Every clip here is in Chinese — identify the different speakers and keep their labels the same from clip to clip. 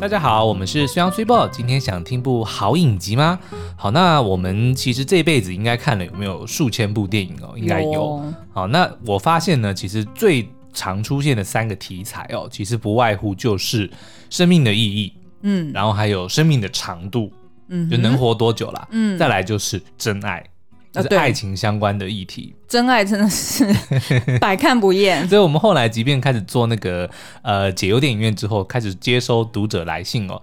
Speaker 1: 大家好，我们是虽阳虽报，今天想听部好影集吗？好，那我们其实这辈子应该看了有没有数千部电影哦，应该有。
Speaker 2: 哦
Speaker 1: 好，那我发现呢，其实最常出现的三个题材哦，其实不外乎就是生命的意义，
Speaker 2: 嗯
Speaker 1: 然后还有生命的长度，
Speaker 2: 嗯哼，
Speaker 1: 就能活多久啦。
Speaker 2: 嗯
Speaker 1: 再来就是真爱，就
Speaker 2: 啊
Speaker 1: 是
Speaker 2: 对
Speaker 1: 爱情相关的议题。
Speaker 2: 真爱真的是 百看不厌。
Speaker 1: 所以我们后来即便开始做那个呃解忧电影院之后，开始接收读者来信哦，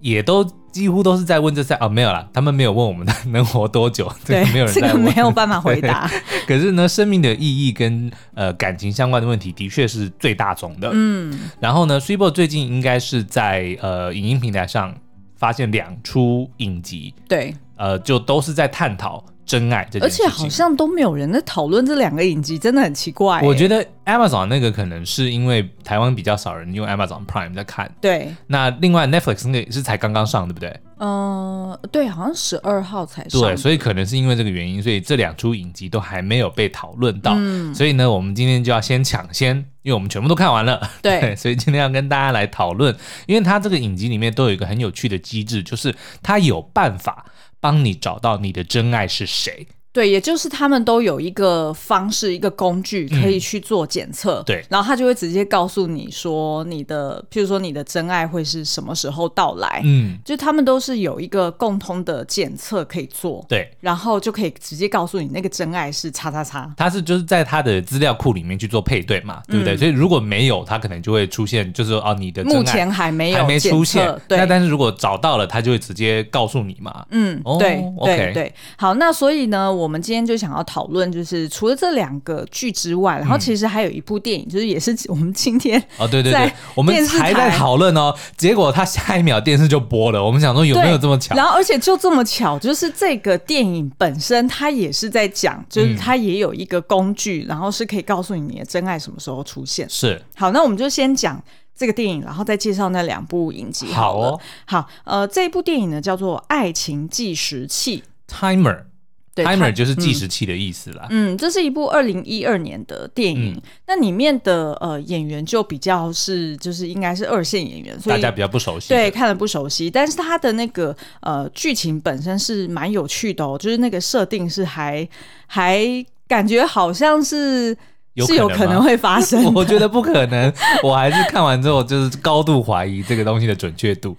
Speaker 1: 也都几乎都是在问这三啊没有啦，他们没有问我们能活多 久，这
Speaker 2: 对
Speaker 1: 个没有，人
Speaker 2: 这
Speaker 1: 在
Speaker 2: 个
Speaker 1: 问。
Speaker 2: 没有办法回答。
Speaker 1: 可是呢，生命的意义跟呃感情相关的问题的确是最大宗的。
Speaker 2: 嗯，
Speaker 1: 然后呢 s u p e 最近应该是在呃影音平台上发现两出影集，
Speaker 2: 对，
Speaker 1: 呃，就都是在探讨真爱这件
Speaker 2: 而
Speaker 1: 事情。
Speaker 2: 且好像都没有人在讨论这两个影集，真的很奇怪欸。
Speaker 1: 我觉得 Amazon 那个可能是因为台湾比较少人用 Amazon Prime 在看，
Speaker 2: 对，
Speaker 1: 那另外 Netflix 那个也是才刚刚上，对不对？
Speaker 2: 嗯，对，好像十二号才上。
Speaker 1: 对，所以可能是因为这个原因，所以这两出影集都还没有被讨论到。
Speaker 2: 嗯
Speaker 1: 所以呢，我们今天就要先抢先，因为我们全部都看完了。
Speaker 2: 对
Speaker 1: 所以今天要跟大家来讨论，因为它这个影集里面都有一个很有趣的机制，就是它有办法帮你找到你的真爱是谁。
Speaker 2: 对，也就是他们都有一个方式、一个工具可以去做检测，
Speaker 1: 对
Speaker 2: 然后他就会直接告诉你说你的，譬如说你的真爱会是什么时候到来，
Speaker 1: 嗯，
Speaker 2: 就他们都是有一个共通的检测可以做，
Speaker 1: 对，
Speaker 2: 然后就可以直接告诉你那个真爱是叉叉叉，
Speaker 1: 它是就是在它的资料库里面去做配对嘛，对不对？所以如果没有，它可能就会出现，就是说哦，你的真爱
Speaker 2: 嗯目前还没有
Speaker 1: 还没
Speaker 2: 检
Speaker 1: 出
Speaker 2: 测
Speaker 1: 现。
Speaker 2: 对
Speaker 1: 那但是如果找到了，他就会直接告诉你嘛。
Speaker 2: 嗯，
Speaker 1: 哦
Speaker 2: 对、
Speaker 1: OK
Speaker 2: 对对，好，那所以呢，我们今天就想要讨论，就是除了这两个剧之外，然后其实还有一部电影，就是也是我们今天
Speaker 1: 哦，对对对
Speaker 2: 在，
Speaker 1: 我们
Speaker 2: 电视
Speaker 1: 还
Speaker 2: 台
Speaker 1: 在讨论哦，结果他下一秒电视就播了。我们想说有没有这么 巧？
Speaker 2: 然后而且就这么巧，就是这个电影本身它也是在讲，
Speaker 1: 嗯
Speaker 2: 就是它也有一个工具，然后是可以告诉你你的真爱什么时候出现。
Speaker 1: 是
Speaker 2: 好，那我们就先讲这个电影，然后再介绍那两部影集
Speaker 1: 好
Speaker 2: 了
Speaker 1: 哦
Speaker 2: 好，呃，这部电影呢叫做《爱情计时器》。
Speaker 1: timer，timer
Speaker 2: 对它
Speaker 1: 就是计时器的意思啦。
Speaker 2: 嗯，这是一部二零一二年的电影，
Speaker 1: 嗯
Speaker 2: 那里面的呃演员就比较是就是应该是二线演员，所
Speaker 1: 大
Speaker 2: 以
Speaker 1: 家比较不熟悉。
Speaker 2: 嗯对，看了不熟悉，但是它的那个呃剧情本身是蛮有趣的哦，就是那个设定是还还感觉好像是
Speaker 1: 有
Speaker 2: 是有
Speaker 1: 可能
Speaker 2: 可能
Speaker 1: 吗
Speaker 2: 会发生
Speaker 1: 我觉得不可能，我还是看完之后就是高度怀疑这个东西的准确度。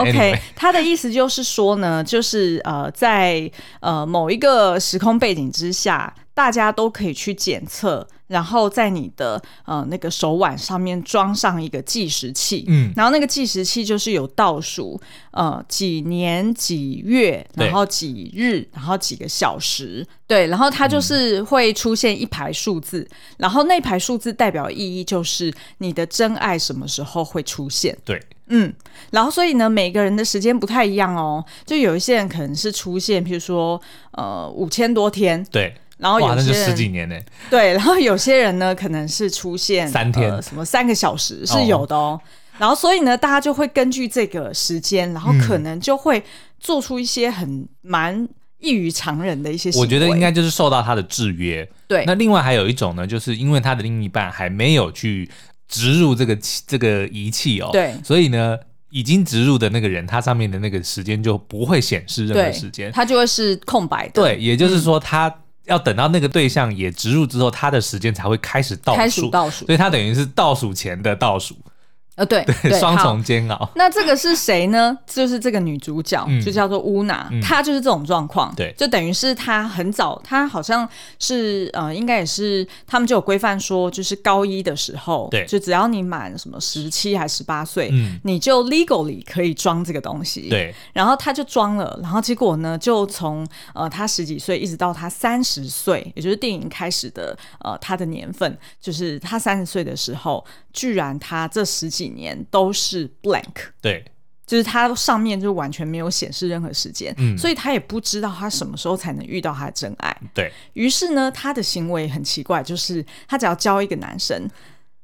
Speaker 1: 但
Speaker 2: ，OK，
Speaker 1: anyway，
Speaker 2: 他的意思就是说呢，就是呃，在呃某一个时空背景之下，大家都可以去检测，然后在你的呃那个手腕上面装上一个计时器，
Speaker 1: 嗯
Speaker 2: 然后那个计时器就是有倒数，呃，几年几月，
Speaker 1: 对
Speaker 2: 然后几日，然后几个小时，对，然后它就是会出现一排数字，然后那排数字代表意义就是你的真爱什么时候会出现。
Speaker 1: 对，
Speaker 2: 嗯，然后所以呢，每个人的时间不太一样哦。就有一些人可能是出现，譬如说呃五千多天，
Speaker 1: 对，
Speaker 2: 然后
Speaker 1: 哇，
Speaker 2: 哦有
Speaker 1: 那就
Speaker 2: 些
Speaker 1: 十几
Speaker 2: 人
Speaker 1: 年呢。
Speaker 2: 对，然后有些人呢可能是出现
Speaker 1: 三天
Speaker 2: 呃什么三个小时是有的哦。然后所以呢，大家就会根据这个时间，然后可能就会做出一些很蛮异于常人的一些行
Speaker 1: 我
Speaker 2: 为。
Speaker 1: 觉得应该就是受到他的制约。
Speaker 2: 对
Speaker 1: 那另外还有一种呢，就是因为他的另一半还没有去植入这个器这个仪器哦，
Speaker 2: 对
Speaker 1: 所以呢，已经植入的那个人，他上面的那个时间就不会显示任何
Speaker 2: 对
Speaker 1: 时间。
Speaker 2: 它就会是空白的。
Speaker 1: 对，也就是说，他要等到那个对象也植入之后，他的时间才会开始倒数，
Speaker 2: 开始倒数
Speaker 1: 所以他等于是倒数前的倒数，
Speaker 2: 呃，对对，
Speaker 1: 双
Speaker 2: 好
Speaker 1: 重煎熬。
Speaker 2: 那这个是谁呢？就是这个女主角，
Speaker 1: 嗯
Speaker 2: 就叫做乌娜，她就是这种状况。
Speaker 1: 对
Speaker 2: 就等于是她很早，她好像是呃，应该也是他们就有规范说，就是高一的时候，
Speaker 1: 对
Speaker 2: 就只要你满什么十七还十八岁，
Speaker 1: 嗯
Speaker 2: 你就 legally 可以装这个东西。。
Speaker 1: 对，
Speaker 2: 然后她就装了，然后结果呢，就从呃她十几岁一直到她三十岁，也就是电影开始的呃她的年份，就是她三十岁的时候，居然她这十几年都是 blank，
Speaker 1: 对，
Speaker 2: 就是它上面就完全没有显示任何时间，
Speaker 1: 嗯
Speaker 2: 所以他也不知道他什么时候才能遇到他的真爱。
Speaker 1: 对，
Speaker 2: 于是呢，他的行为很奇怪，就是他只要交一个男生，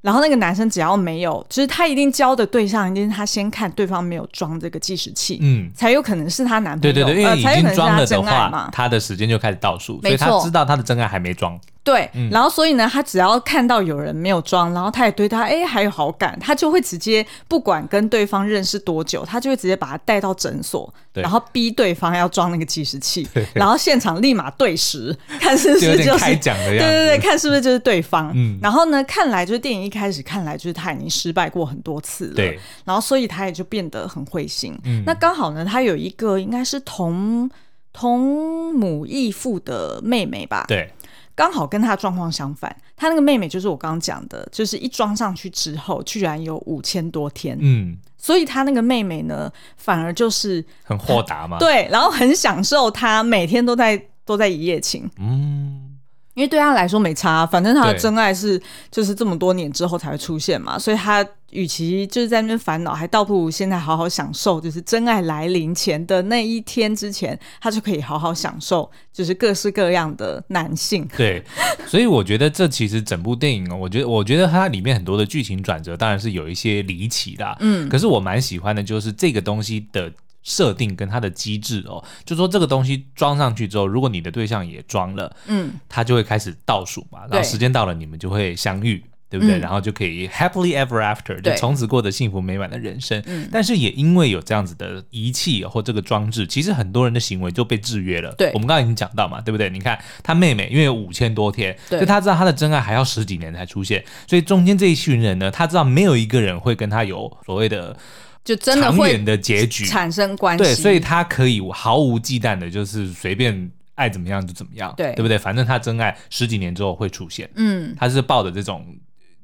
Speaker 2: 然后那个男生只要没有，就是他一定交的对象，一定是他先看对方没有装这个计时器，
Speaker 1: 嗯。
Speaker 2: 才有可能是他男朋
Speaker 1: 对
Speaker 2: 友，
Speaker 1: 对对，因为
Speaker 2: 呃
Speaker 1: 已
Speaker 2: 才有
Speaker 1: 经
Speaker 2: 可能是
Speaker 1: 装
Speaker 2: 他
Speaker 1: 了的
Speaker 2: 真爱
Speaker 1: 话，
Speaker 2: 嘛。
Speaker 1: 他的时间就开始倒数，所以
Speaker 2: 没
Speaker 1: 他
Speaker 2: 错
Speaker 1: 知道他的真爱还没装。
Speaker 2: 对，然后所以呢，他只要看到有人没有装，然后他也对他哎还有好感，他就会直接不管跟对方认识多久，他就会直接把他带到诊所，
Speaker 1: 对
Speaker 2: 然后逼对方要装那个计时器
Speaker 1: 对，
Speaker 2: 然后现场立马对时，看是不
Speaker 1: 就有
Speaker 2: 是
Speaker 1: 点
Speaker 2: 就是
Speaker 1: 开讲的样子
Speaker 2: 对对对，看是不是就是对方。
Speaker 1: 嗯
Speaker 2: 然后呢，看来就是电影一开始看来就是他已经失败过很多次了，
Speaker 1: 对，嗯
Speaker 2: 然后所以他也就变得很灰心。那刚好呢，他有一个应该是同同母异父的妹妹吧，
Speaker 1: 对，
Speaker 2: 刚好跟他状况相反，他那个妹妹就是我刚刚讲的，就是一装上去之后，居然有五千多天，
Speaker 1: 嗯，
Speaker 2: 所以他那个妹妹呢，反而就是
Speaker 1: 很豁达嘛，，
Speaker 2: 对，然后很享受他每天都在都在一夜情，
Speaker 1: 嗯，
Speaker 2: 因为对他来说没差，反正他的
Speaker 1: 对
Speaker 2: 真爱是就是这么多年之后才会出现嘛，所以他与其就是在那边烦恼，还倒不如现在好好享受，就是真爱来临前的那一天之前，他就可以好好享受，就是各式各样的男性。
Speaker 1: 对，所以我觉得这其实整部电影哦，我觉得我觉得它里面很多的剧情转折当然是有一些离奇啦，嗯，可是我蛮喜欢的就是这个东西的。设定跟它的机制哦，就说这个东西装上去之后，如果你的对象也装了，
Speaker 2: 嗯，
Speaker 1: 他就会开始倒数嘛，然后
Speaker 2: 对
Speaker 1: 时间到了，你们就会相遇，对不对？
Speaker 2: 嗯
Speaker 1: 然后就可以 happily ever after，就
Speaker 2: 对
Speaker 1: 从此过得幸福美满的人生。
Speaker 2: 嗯
Speaker 1: 但是也因为有这样子的仪器或这个装置，其实很多人的行为就被制约了。
Speaker 2: 对
Speaker 1: 我们刚刚已经讲到嘛，对不对？你看他妹妹，因为有五千多天，
Speaker 2: 对
Speaker 1: 就他知道他的真爱还要十几年才出现，所以中间这一群人呢，他知道没有一个人会跟他有所谓的
Speaker 2: 就真的
Speaker 1: 长
Speaker 2: 会
Speaker 1: 远的结局，
Speaker 2: 产生关系。
Speaker 1: 对，所以他可以毫无忌惮的，就是随便爱怎么样就怎么样，
Speaker 2: 对
Speaker 1: 对不对？反正他真爱十几年之后会出现，
Speaker 2: 嗯，
Speaker 1: 他是抱着这种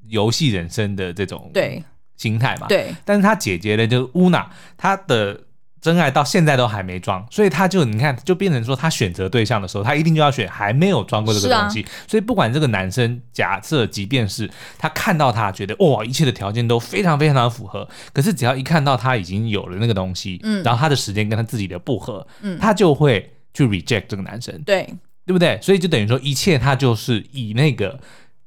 Speaker 1: 游戏人生的这种
Speaker 2: 对
Speaker 1: 心态嘛。，
Speaker 2: 对
Speaker 1: 但是他姐姐呢，就是乌娜，她的。真爱到现在都还没装，所以他就你看，就变成说他选择对象的时候，他一定就要选还没有装过这个
Speaker 2: 是啊
Speaker 1: 东西。所以不管这个男生，假设即便是他看到他觉得哇，一切的条件都非常非常的符合，可是只要一看到他已经有了那个东西，
Speaker 2: 嗯
Speaker 1: 然后他的时间跟他自己的不合，嗯，他就会去 reject 这个男生，
Speaker 2: 对
Speaker 1: 对不对？所以就等于说，一切他就是以那个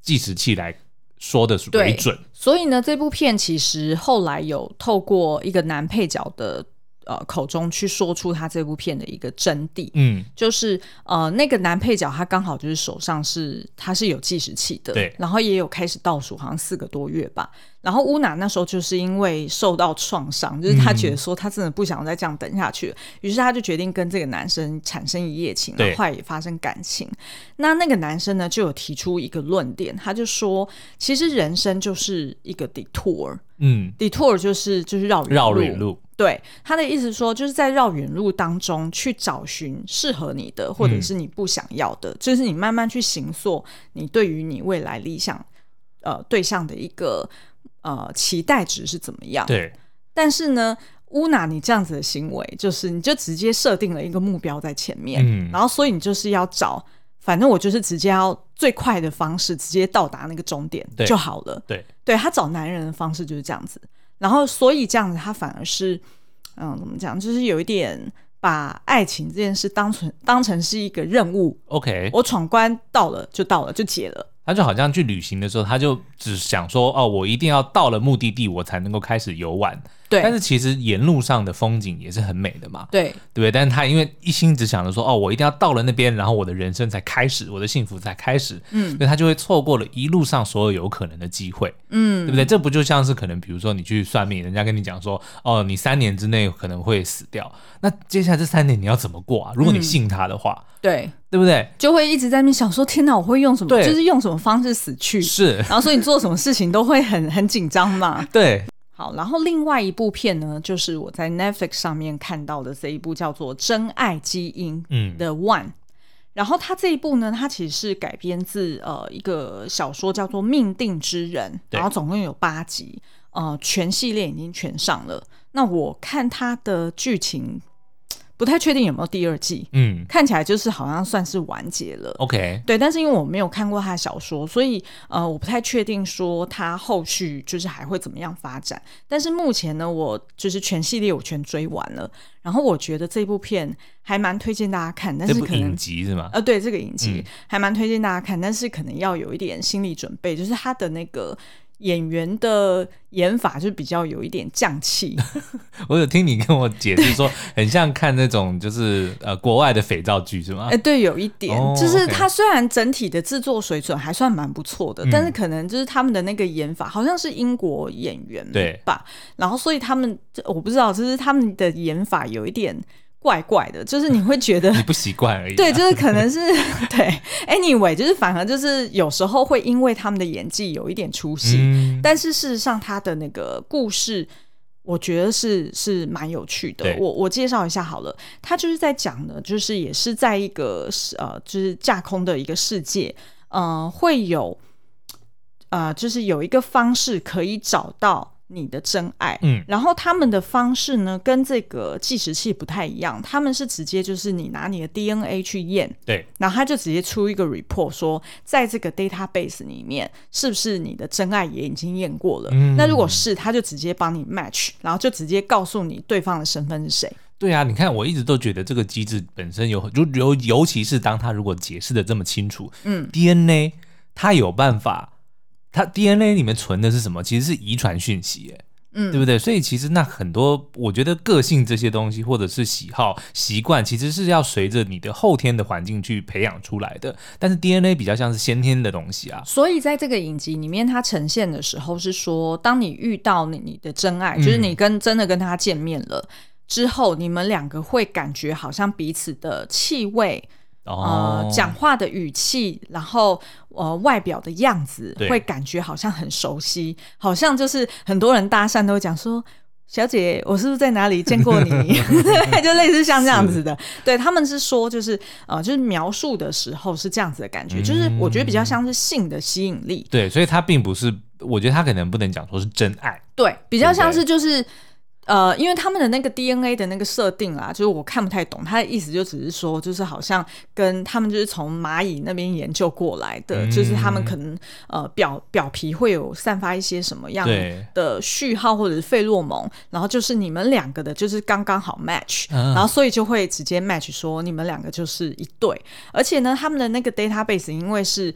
Speaker 1: 计时器来说的为
Speaker 2: 对
Speaker 1: 准，
Speaker 2: 所以呢，这部片其实后来有透过一个男配角的呃口中去说出他这部片的一个真谛。
Speaker 1: 嗯，
Speaker 2: 就是呃，那个男配角他刚好就是手上是他是有计时器的，
Speaker 1: 对
Speaker 2: 然后也有开始倒数，好像四个多月吧。然后乌娜那时候就是因为受到创伤，就是他
Speaker 1: 嗯
Speaker 2: 觉得说他真的不想再这样等下去了，于、是他就决定跟这个男生产生一夜情，
Speaker 1: 对
Speaker 2: 然后后来也发生感情。那那个男生呢就有提出一个论点，他就说，其实人生就是一个 detour，detour
Speaker 1: 嗯，
Speaker 2: 就是就是绕远
Speaker 1: 绕远路，
Speaker 2: 对他的意思说，就是在绕远路当中去找寻适合你的，或者
Speaker 1: 嗯
Speaker 2: 是你不想要的，就是你慢慢去行塑你对于你未来理想呃对象的一个呃期待值是怎么样。
Speaker 1: 对，
Speaker 2: 但是呢，乌娜你这样子的行为，就是你就直接设定了一个目标在前面，
Speaker 1: 嗯
Speaker 2: 然后所以你就是要找，反正我就是直接要最快的方式，直接到达那个终点
Speaker 1: 对
Speaker 2: 就好了。
Speaker 1: 对，
Speaker 2: 对他找男人的方式就是这样子，然后所以这样子他反而是，嗯，怎么讲，就是有一点把爱情这件事当成当成是一个任务，
Speaker 1: OK，
Speaker 2: 我闯关到了就到了就解了，
Speaker 1: 他就好像去旅行的时候，他就只想说，哦，我一定要到了目的地，我才能够开始游玩。
Speaker 2: 对，
Speaker 1: 但是其实沿路上的风景也是很美的嘛，
Speaker 2: 对
Speaker 1: 对不对？但是他因为一心只想着说，哦，我一定要到了那边，然后我的人生才开始，我的幸福才开始，嗯，所以他就会错过了一路上所有有可能的机会，嗯，对不对？这不就像是可能，比如说你去算命，人家跟你讲说，哦，你三年之内可能会死掉，那接下来这三年你要怎么过啊？如果你信他的话，
Speaker 2: 对，
Speaker 1: 对不对？
Speaker 2: 就会一直在那边想说，天哪，我会用什么，
Speaker 1: 对
Speaker 2: 就是用什么方式死去，
Speaker 1: 是，
Speaker 2: 然后所以你做什么事情都会很很紧张嘛。
Speaker 1: 对，
Speaker 2: 好，然后另外一部片呢，就是我在 Netflix 上面看到的这一部叫做《真爱基因》
Speaker 1: 嗯
Speaker 2: 的 One。然后它这一部呢，它其实是改编自呃一个小说叫做《命定之人》，
Speaker 1: 对
Speaker 2: 然后总共有八集，呃，全系列已经全上了。那我看它的剧情不太确定有没有第二季，
Speaker 1: 嗯
Speaker 2: 看起来就是好像算是完结了。
Speaker 1: ，OK，
Speaker 2: 对，但是因为我没有看过他的小说，所以呃，我不太确定说他后续就是还会怎么样发展。但是目前呢，我就是全系列我全追完了，然后我觉得这部片还蛮推荐大家看，但
Speaker 1: 这
Speaker 2: 是
Speaker 1: 部
Speaker 2: 可能
Speaker 1: 影集是吗？
Speaker 2: 呃，对这个影集、
Speaker 1: 嗯
Speaker 2: 还蛮推荐大家看，但是可能要有一点心理准备，就是它的那个演员的演法就比较有一点匠气，
Speaker 1: 我有听你跟我解释 说，很像看那种就是呃国外的肥皂剧是吗
Speaker 2: 哎、？对，有一点，
Speaker 1: 啊哦
Speaker 2: 就是
Speaker 1: ，OK
Speaker 2: 它虽然整体的制作水准还算蛮不错的，
Speaker 1: 嗯
Speaker 2: 但是可能就是他们的那个演法，好像是英国演员
Speaker 1: 对
Speaker 2: 吧，然后所以他们这我不知道，就是他们的演法有一点怪怪的，就是你会觉 得
Speaker 1: 你不习惯而已啊。
Speaker 2: 对，就是可能是 对，anyway，就是反而就是有时候会因为他们的演技有一点出戏，
Speaker 1: 嗯，
Speaker 2: 但是事实上他的那个故事。我觉得是是蛮有趣的
Speaker 1: 对，
Speaker 2: 我我介绍一下好了。他就是在讲呢，就是也是在一个呃，就是架空的一个世界，嗯、会有呃，就是有一个方式可以找到你的真爱，
Speaker 1: 嗯
Speaker 2: 然后他们的方式呢，跟这个计时器不太一样，他们是直接就是你拿你的 DNA 去验，
Speaker 1: 对，
Speaker 2: 然后他就直接出一个 report 说，在这个 database 里面，是不是你的真爱也已经验过了？
Speaker 1: 嗯
Speaker 2: 那如果是，他就直接帮你 match，然后就直接告诉你对方的身份是谁。
Speaker 1: 对啊，你看，我一直都觉得这个机制本身有，就尤尤其是当他如果解释的这么清楚，
Speaker 2: 嗯
Speaker 1: ，DNA 它有办法，它 DNA 里面存的是什么？其实是遗传讯息，耶。
Speaker 2: 嗯
Speaker 1: 对不对？所以其实那很多，我觉得个性这些东西，或者是喜好、习惯，其实是要随着你的后天的环境去培养出来的。但是 DNA 比较像是先天的东西啊，
Speaker 2: 所以在这个影集里面，它呈现的时候是说，当你遇到你你的真爱，就是你跟真的跟他见面了。之后，你们两个会感觉好像彼此的气味、
Speaker 1: 哦
Speaker 2: 呃，，讲话的语气，然后呃，外表的样子，
Speaker 1: 对
Speaker 2: 会感觉好像很熟悉，好像就是很多人搭讪都会讲说。小姐，我是不是在哪里见过你？ 对，就类似像这样子的。对，他们是说，就是呃，就是描述的时候是这样子的感觉，就是我觉得比较像是性的吸引力，
Speaker 1: 对，所以它并不是，我觉得它可能不能讲说是真爱，
Speaker 2: 对，比较像
Speaker 1: 对
Speaker 2: 是就是呃，因为他们的那个 DNA 的那个设定啦，就是我看不太懂，他的意思就只是说，就是好像跟他们就是从蚂蚁那边研究过来的，
Speaker 1: 嗯
Speaker 2: 就是他们可能呃表表皮会有散发一些什么样
Speaker 1: 对
Speaker 2: 的序号或者是费洛蒙，然后就是你们两个的就是刚刚好 match，、
Speaker 1: 嗯
Speaker 2: 然后所以就会直接 match 说你们两个就是一对，而且呢，他们的那个 database 因为是。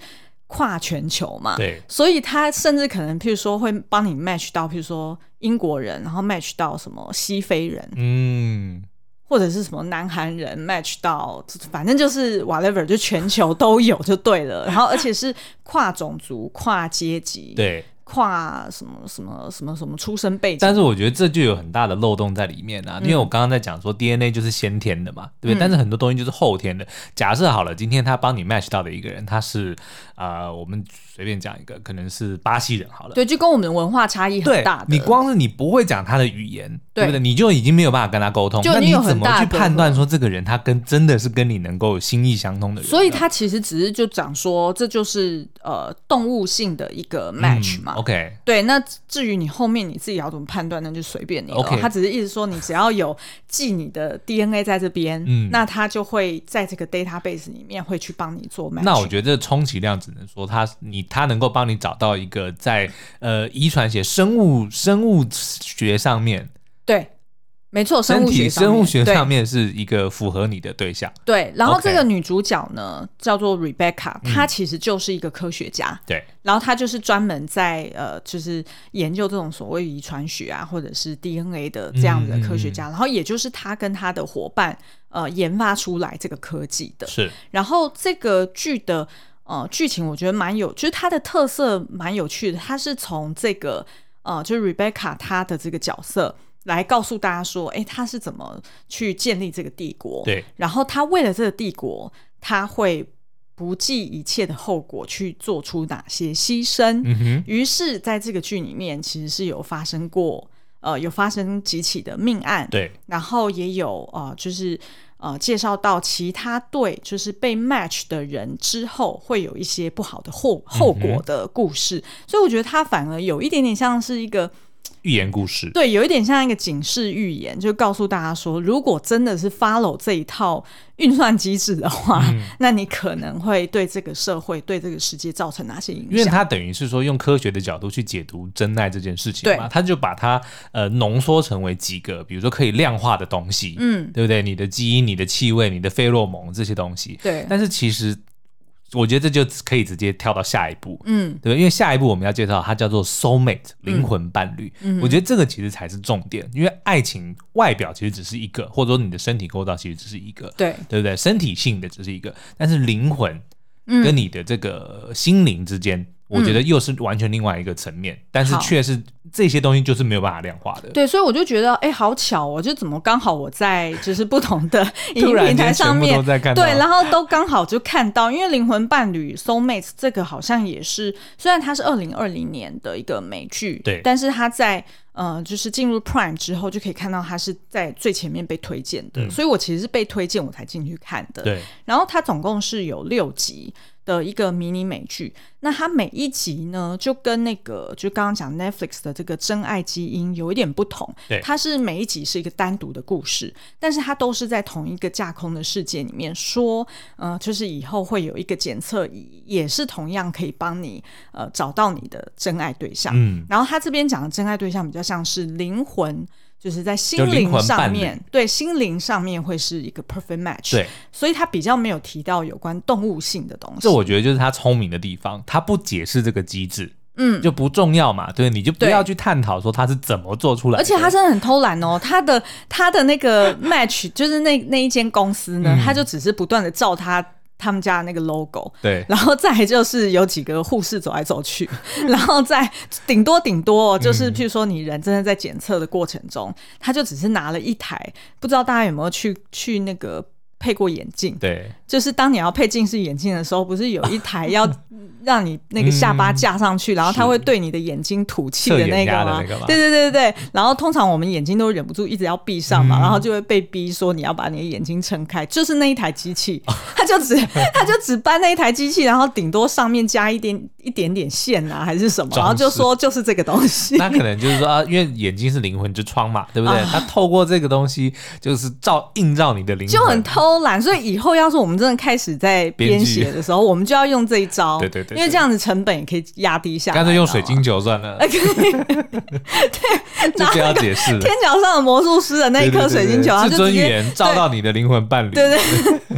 Speaker 2: 跨全球嘛，
Speaker 1: 对
Speaker 2: 所以他甚至可能，譬如说会帮你 match 到，譬如说英国人，然后 match 到什么西非人，
Speaker 1: 嗯，
Speaker 2: 或者是什么南韩人 match 到，反正就是 whatever，就全球都有就对了。然后而且是跨种族、跨阶级、
Speaker 1: 对。
Speaker 2: 跨什么什么什么什么出身背景。
Speaker 1: 但是我觉得这就有很大的漏洞在里面
Speaker 2: 嗯
Speaker 1: 啊，因为我刚刚在讲说 DNA 就是先天的嘛，对不对？但是很多东西就是后天的。假设好了，今天他帮你 match 到的一个人，他是呃，我们随便讲一个，可能是巴西人好了。
Speaker 2: 对，就跟我们文化差异
Speaker 1: 对
Speaker 2: 很大的。
Speaker 1: 你光是你不会讲他的语言，对
Speaker 2: 对
Speaker 1: 不对？你就已经没有办法跟他沟通，
Speaker 2: 就
Speaker 1: 那
Speaker 2: 你有
Speaker 1: 怎
Speaker 2: 很
Speaker 1: 么
Speaker 2: 大
Speaker 1: 去
Speaker 2: 的隔
Speaker 1: 判
Speaker 2: 阂
Speaker 1: 断说这个人他跟真的是跟你能够有心意相通的人呢？啊嗯
Speaker 2: 所以他其实只是就讲说，这就是呃动物性的一个 match 嘛。
Speaker 1: 嗯 OK，
Speaker 2: 对，那至于你后面你自己要怎么判断，那就随便你了。
Speaker 1: OK
Speaker 2: 他只是意思说，你只要有记你的 DNA 在这边，
Speaker 1: 嗯
Speaker 2: 那他就会在这个 database 里面会去帮你做 match。
Speaker 1: 那我觉得这充其量只能说他你他能够帮你找到一个在呃遗传学生物生物学上面
Speaker 2: 对，没错，生
Speaker 1: 身
Speaker 2: 物
Speaker 1: 体
Speaker 2: 学
Speaker 1: 生物学
Speaker 2: 对
Speaker 1: 上面是一个符合你的对象，
Speaker 2: 对。然后
Speaker 1: OK 嗯
Speaker 2: 这个女主角呢，叫做 Rebecca，她其实就是一个科学家。
Speaker 1: 对，
Speaker 2: 然后他就是专门在呃，就是研究这种所谓遗传学啊，或者是 DNA 的这样子
Speaker 1: 嗯
Speaker 2: 的科学家。然后也就是他跟他的伙伴呃研发出来这个科技的。
Speaker 1: 是
Speaker 2: 然后这个剧的呃剧情，我觉得蛮有，就是它的特色蛮有趣的。它是从这个呃，就是 Rebecca 她的这个角色来告诉大家说，哎，她是怎么去建立这个帝国？
Speaker 1: 对，
Speaker 2: 然后她为了这个帝国，她会不计一切的后果去做出哪些牺牲？
Speaker 1: 嗯哼，
Speaker 2: 于是，在这个剧里面，其实是有发生过。呃，有发生几起的命案，
Speaker 1: 对，
Speaker 2: 然后也有呃，就是呃，介绍到其他队就是被 match 的人之后会有一些不好的后
Speaker 1: 嗯
Speaker 2: 后果的故事，所以我觉得它反而有一点点像是一个
Speaker 1: 寓言故事，
Speaker 2: 对，有一点像一个警示预言，就告诉大家说，如果真的是 follow 这一套运算机制的话，
Speaker 1: 嗯
Speaker 2: 那你可能会对这个社会、对这个世界造成哪些影响？
Speaker 1: 因为它等于是说用科学的角度去解读真爱这件事情嘛，
Speaker 2: 对
Speaker 1: 他就把它呃浓缩成为几个，比如说可以量化的东西，
Speaker 2: 嗯，
Speaker 1: 对不对？你的基因、你的气味、你的费洛蒙这些东西，
Speaker 2: 对
Speaker 1: 但是其实我觉得这就可以直接跳到下一步，嗯，对不对？因为下一步我们要介绍它叫做 soul mate
Speaker 2: 嗯
Speaker 1: 灵魂伴侣，我觉得这个其实才是重点，因为爱情外表其实只是一个，或者说你的身体构造其实只是一个，
Speaker 2: 对
Speaker 1: 对不对？身体性的只是一个，但是灵魂
Speaker 2: 嗯
Speaker 1: 跟你的这个心灵之间，我觉得又是完全另外一个层面，但是
Speaker 2: 好
Speaker 1: 却是这些东西就是没有办法量化的，
Speaker 2: 对，所以我就觉得，哎、好巧哦，就怎么刚好我在就是不同的 影
Speaker 1: 突
Speaker 2: 音
Speaker 1: 然
Speaker 2: 平
Speaker 1: 间
Speaker 2: 台上
Speaker 1: 全部
Speaker 2: 面
Speaker 1: 都，在看到，
Speaker 2: 对，然后都刚好就看到，因为灵魂伴侣 soul mates 这个好像也是，虽然它是二零二零年的一个美剧，
Speaker 1: 对
Speaker 2: 但是它在呃，就是进入 Prime 之后，就可以看到它是在最前面被推荐的，
Speaker 1: 嗯
Speaker 2: 所以我其实是被推荐我才进去看的，
Speaker 1: 对
Speaker 2: 然后它总共是有六集的一个迷你美剧，那它每一集呢，就跟那个就刚刚讲 Netflix 的这个《真爱基因》有一点不同
Speaker 1: 对，
Speaker 2: 它是每一集是一个单独的故事，但是它都是在同一个架空的世界里面说，呃，就是以后会有一个检测仪，也是同样可以帮你呃找到你的真爱对象。
Speaker 1: 嗯，
Speaker 2: 然后他这边讲的真爱对象比较像是灵魂，就是在心
Speaker 1: 就灵
Speaker 2: 灵
Speaker 1: 魂
Speaker 2: 上
Speaker 1: 伴侣
Speaker 2: 面，对心灵上面会是一个 perfect match。
Speaker 1: 对。
Speaker 2: 所以他比较没有提到有关动物性的东西。
Speaker 1: 这我觉得就是他聪明的地方，他不解释这个机制，
Speaker 2: 嗯，
Speaker 1: 就不重要嘛，对，你就不
Speaker 2: 对
Speaker 1: 要去探讨说他是怎么做出来的，
Speaker 2: 而且他真的很偷懒哦，他的他的那 个 match 就是那那一间公司呢，
Speaker 1: 嗯
Speaker 2: 他就只是不断的照他他们家的那个 logo。
Speaker 1: 对
Speaker 2: 然后再来就是有几个护士走来走去，然后再顶多顶多哦
Speaker 1: 嗯
Speaker 2: 就是，譬如说你人真的在检测的过程中，他就只是拿了一台，不知道大家有没有去去那个配过眼镜，
Speaker 1: 对
Speaker 2: 就是当你要配近视眼镜的时候，不是有一台要让你那个下巴架上去，然后它会对你的眼睛吐气的那个
Speaker 1: 侧
Speaker 2: 吗
Speaker 1: 眼压的那个吗？
Speaker 2: 对对对对对。然后通常我们眼睛都忍不住一直要闭上
Speaker 1: 嗯
Speaker 2: 嘛，然后就会被逼说你要把你的眼睛撑开，就是那一台机器， 它就只它就只搬那一台机器，然后顶多上面加一点一点点线啊，还是什么，
Speaker 1: 装饰
Speaker 2: 然后就说就是这个东西。
Speaker 1: 那可能就是说啊， 因为眼睛是灵魂之窗嘛，对不
Speaker 2: 啊
Speaker 1: 对？他透过这个东西，就是照映照你的灵魂，
Speaker 2: 就很偷懒，所以以后要是我们真的开始在编写的时候，我们就要用这一招，
Speaker 1: 对对对对
Speaker 2: 因为这样子成本也可以压低下来。
Speaker 1: 干脆用水
Speaker 2: 你知道吗
Speaker 1: 晶球算了，
Speaker 2: 哎
Speaker 1: 就
Speaker 2: 拿
Speaker 1: 不要解释了
Speaker 2: 天。桥上的魔术师的那一
Speaker 1: 对
Speaker 2: 颗
Speaker 1: 对
Speaker 2: 水
Speaker 1: 对
Speaker 2: 晶球，它
Speaker 1: 至
Speaker 2: 就直
Speaker 1: 尊
Speaker 2: 接
Speaker 1: 眼照到你的灵魂伴侣。
Speaker 2: 对对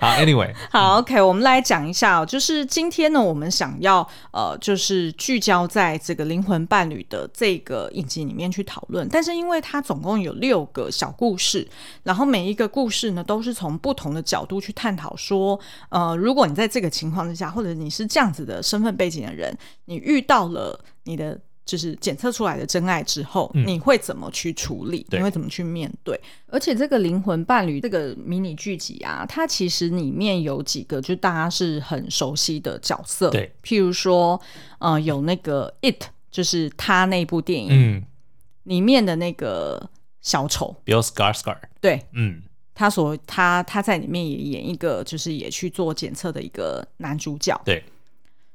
Speaker 1: 好，Anyway，
Speaker 2: 好，OK，我们来讲一下、哦，就是今天呢，我们想要呃，就是聚焦在这个灵魂伴侣的这个影集里面去讨论。但是因为它总共有六个小故事，然后每一个故事呢，都是从不同的角度去探讨说，呃，如果你在这个情况之下，或者你是这样子的身份背景的人，你遇到了你的。就是检测出来的真爱之后，
Speaker 1: 嗯
Speaker 2: 你会怎么去处理？
Speaker 1: 对
Speaker 2: 你会怎么去面对？而且这个灵魂伴侣这个迷你剧集啊，它其实里面有几个就大家是很熟悉的角色，
Speaker 1: 对，
Speaker 2: 譬如说，呃，有那个 It，就是他那部电影、
Speaker 1: 嗯
Speaker 2: 里面的那个小丑，
Speaker 1: ，Bill Skarsgård，
Speaker 2: 对
Speaker 1: 嗯，
Speaker 2: 他所他他在里面也演一个，就是也去做检测的一个男主角，
Speaker 1: 对，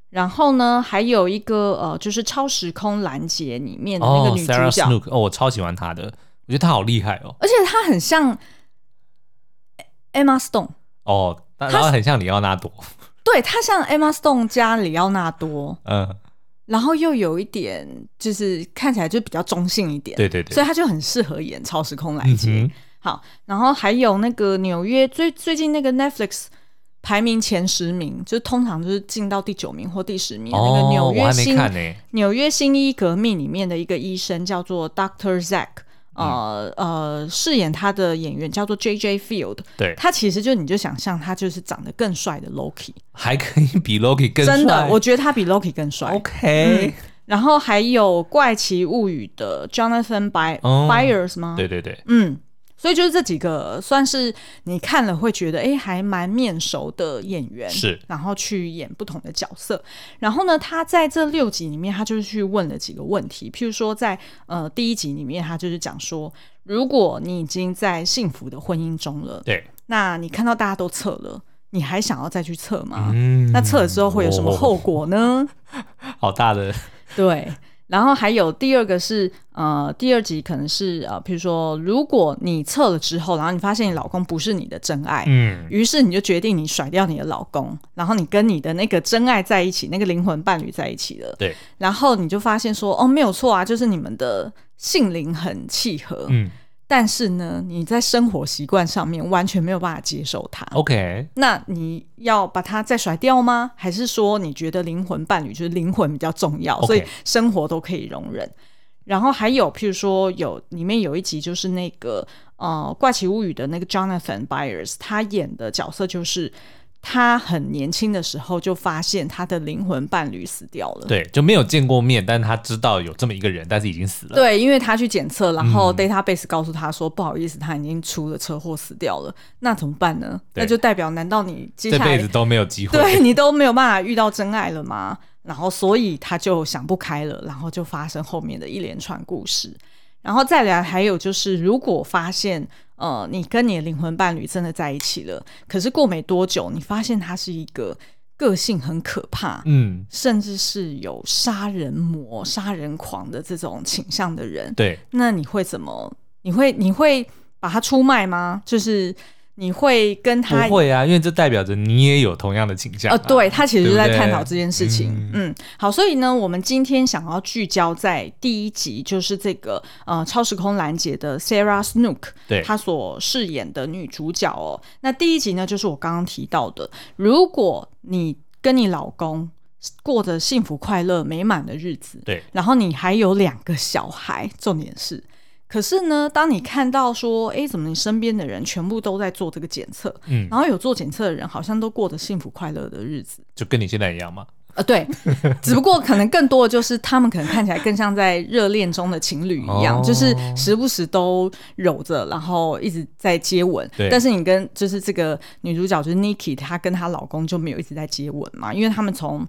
Speaker 2: 然后呢，还有一个呃，就是超时空拦截里面的那个
Speaker 1: 哦
Speaker 2: 女主
Speaker 1: ，Sarah
Speaker 2: 角，
Speaker 1: Snook，哦，我超喜欢她的，我觉得她好厉害哦。
Speaker 2: 而且她很像 Emma Stone。
Speaker 1: 哦，那然后很像里奥纳多，
Speaker 2: 对他像 Emma Stone 加里奥纳多，
Speaker 1: 嗯，
Speaker 2: 然后又有一点就是看起来就比较中性一点，
Speaker 1: 对对对，
Speaker 2: 所以他就很适合演超时空来
Speaker 1: 嗯
Speaker 2: 接。
Speaker 1: 哼，
Speaker 2: 好，然后还有那个纽约最最近那个 Netflix 排名前十名，就是通常就是进到第九名或第十名的那个
Speaker 1: 哦
Speaker 2: 纽，
Speaker 1: 我
Speaker 2: 约
Speaker 1: 还没
Speaker 2: 新、
Speaker 1: 看呢，
Speaker 2: 纽约新医革命里面的一个医生叫做 Doctor Zack。呃
Speaker 1: 嗯
Speaker 2: 呃，饰演他的演员叫做 J J Field，
Speaker 1: 对，
Speaker 2: 他其实就你就想象他就是长得更帅的 Loki，
Speaker 1: 还可以比 Loki 更
Speaker 2: 真的
Speaker 1: 帅，
Speaker 2: 我觉得他比 Loki 更帅。
Speaker 1: OK，
Speaker 2: 然后还有《怪奇物语》的 Jonathan By、
Speaker 1: 哦
Speaker 2: Byers 吗？
Speaker 1: 对对对，
Speaker 2: 嗯，所以就是这几个算是你看了会觉得哎、诶还蛮面熟的演员，
Speaker 1: 是
Speaker 2: 然后去演不同的角色。然后呢，他在这六集里面，他就是去问了几个问题，譬如说在呃第一集里面，他就是讲说，如果你已经在幸福的婚姻中了，
Speaker 1: 对，
Speaker 2: 那你看到大家都测了，你还想要再去测吗？
Speaker 1: 嗯
Speaker 2: 啊
Speaker 1: 哦
Speaker 2: 那测了之后会有什么后果呢？
Speaker 1: 好大 的，
Speaker 2: 对，然后还有第二个是呃，第二集可能是呃，比如说如果你测了之后，然后你发现你老公不是你的真爱。
Speaker 1: 嗯，
Speaker 2: 于是你就决定你甩掉你的老公，然后你跟你的那个真爱在一起，那个灵魂伴侣在一起了。
Speaker 1: 对，
Speaker 2: 然后你就发现说，哦，没有错啊，就是你们的性灵很契合。
Speaker 1: 嗯，
Speaker 2: 但是呢，你在生活习惯上面完全没有办法接受它。
Speaker 1: OK，
Speaker 2: 那你要把它再甩掉吗？还是说你觉得灵魂伴侣就是灵魂比较重要
Speaker 1: OK
Speaker 2: 所以生活都可以容忍？然后还有，譬如说有里面有一集就是那个呃《怪奇物语》的那个 Jonathan Byers，他演的角色就是他很年轻的时候就发现他的灵魂伴侣死掉了。
Speaker 1: 对，就没有见过面，但他知道有这么一个人，但是已经死了。
Speaker 2: 对，因为他去检测，然
Speaker 1: 嗯
Speaker 2: 后 database 告诉他说，不好意思，他已经出了车祸死掉了。那怎么办呢？
Speaker 1: 对
Speaker 2: 那就代表，难道你接
Speaker 1: 这
Speaker 2: 下
Speaker 1: 辈子
Speaker 2: 来
Speaker 1: 都没有机会。
Speaker 2: 对你都没有办法遇到真爱了吗？然后，所以他就想不开了，然后就发生后面的一连串故事。然后再来，还有就是，如果发现呃，你跟你的灵魂伴侣真的在一起了，可是过没多久，你发现他是一个个性很可怕，
Speaker 1: 嗯，
Speaker 2: 甚至是有杀人魔、杀人狂的这种倾向的人，
Speaker 1: 对，
Speaker 2: 那你会怎么？你会你会把它出卖吗？就是你会跟
Speaker 1: 不
Speaker 2: 他
Speaker 1: 会啊，因为这代表着你也有同样的倾向、啊。
Speaker 2: 呃，对，他其实就在
Speaker 1: 对不对
Speaker 2: 探讨这件事情。
Speaker 1: 嗯
Speaker 2: 嗯，好，所以呢，我们今天想要聚焦在第一集，就是这个呃超时空拦截的 Sarah Snook，
Speaker 1: 对
Speaker 2: 她所饰演的女主角哦。那第一集呢，就是我刚刚提到的，如果你跟你老公过着幸福、快乐、美满的日子，
Speaker 1: 对，
Speaker 2: 然后你还有两个小孩，重点是。可是呢，当你看到说，诶，怎么你身边的人全部都在做这个检测，
Speaker 1: 嗯，
Speaker 2: 然后有做检测的人好像都过着幸福快乐的日子。
Speaker 1: 就跟你现在一样嘛。
Speaker 2: 呃， 对，只不过可能更多的就是他们可能看起来更像在热恋中的情侣一样，
Speaker 1: 哦
Speaker 2: 就是时不时都揉着，然后一直在接吻。
Speaker 1: 对
Speaker 2: 但是你跟就是这个女主角就是 Nikki，她跟她老公就没有一直在接吻嘛，因为他们从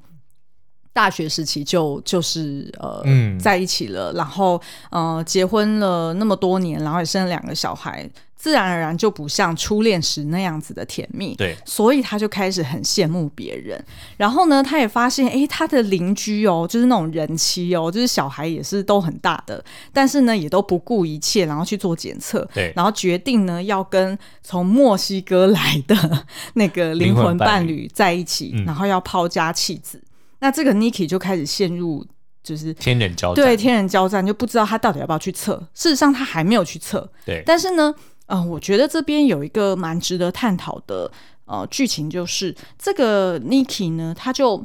Speaker 2: 大学时期就就是呃、
Speaker 1: 嗯
Speaker 2: 在一起了，然后呃结婚了那么多年，然后也生了两个小孩，自然而然就不像初恋时那样子的甜蜜。
Speaker 1: 对，
Speaker 2: 所以他就开始很羡慕别人。然后呢，他也发现，诶，他的邻居哦，就是那种人妻哦，就是小孩也是都很大的，但是呢，也都不顾一切，然后去做检测，
Speaker 1: 对
Speaker 2: 然后决定呢要跟从墨西哥来的那个灵魂伴侣在一起，
Speaker 1: 嗯
Speaker 2: 然后要抛家弃子。那这个 Niki 就开始陷入就是。
Speaker 1: 天人交战。
Speaker 2: 对天人交战，就不知道他到底要不要去测。事实上，他还没有去测，
Speaker 1: 对
Speaker 2: 但是呢，呃，我觉得这边有一个蛮值得探讨的呃剧情，就是这个 Niki 呢，他就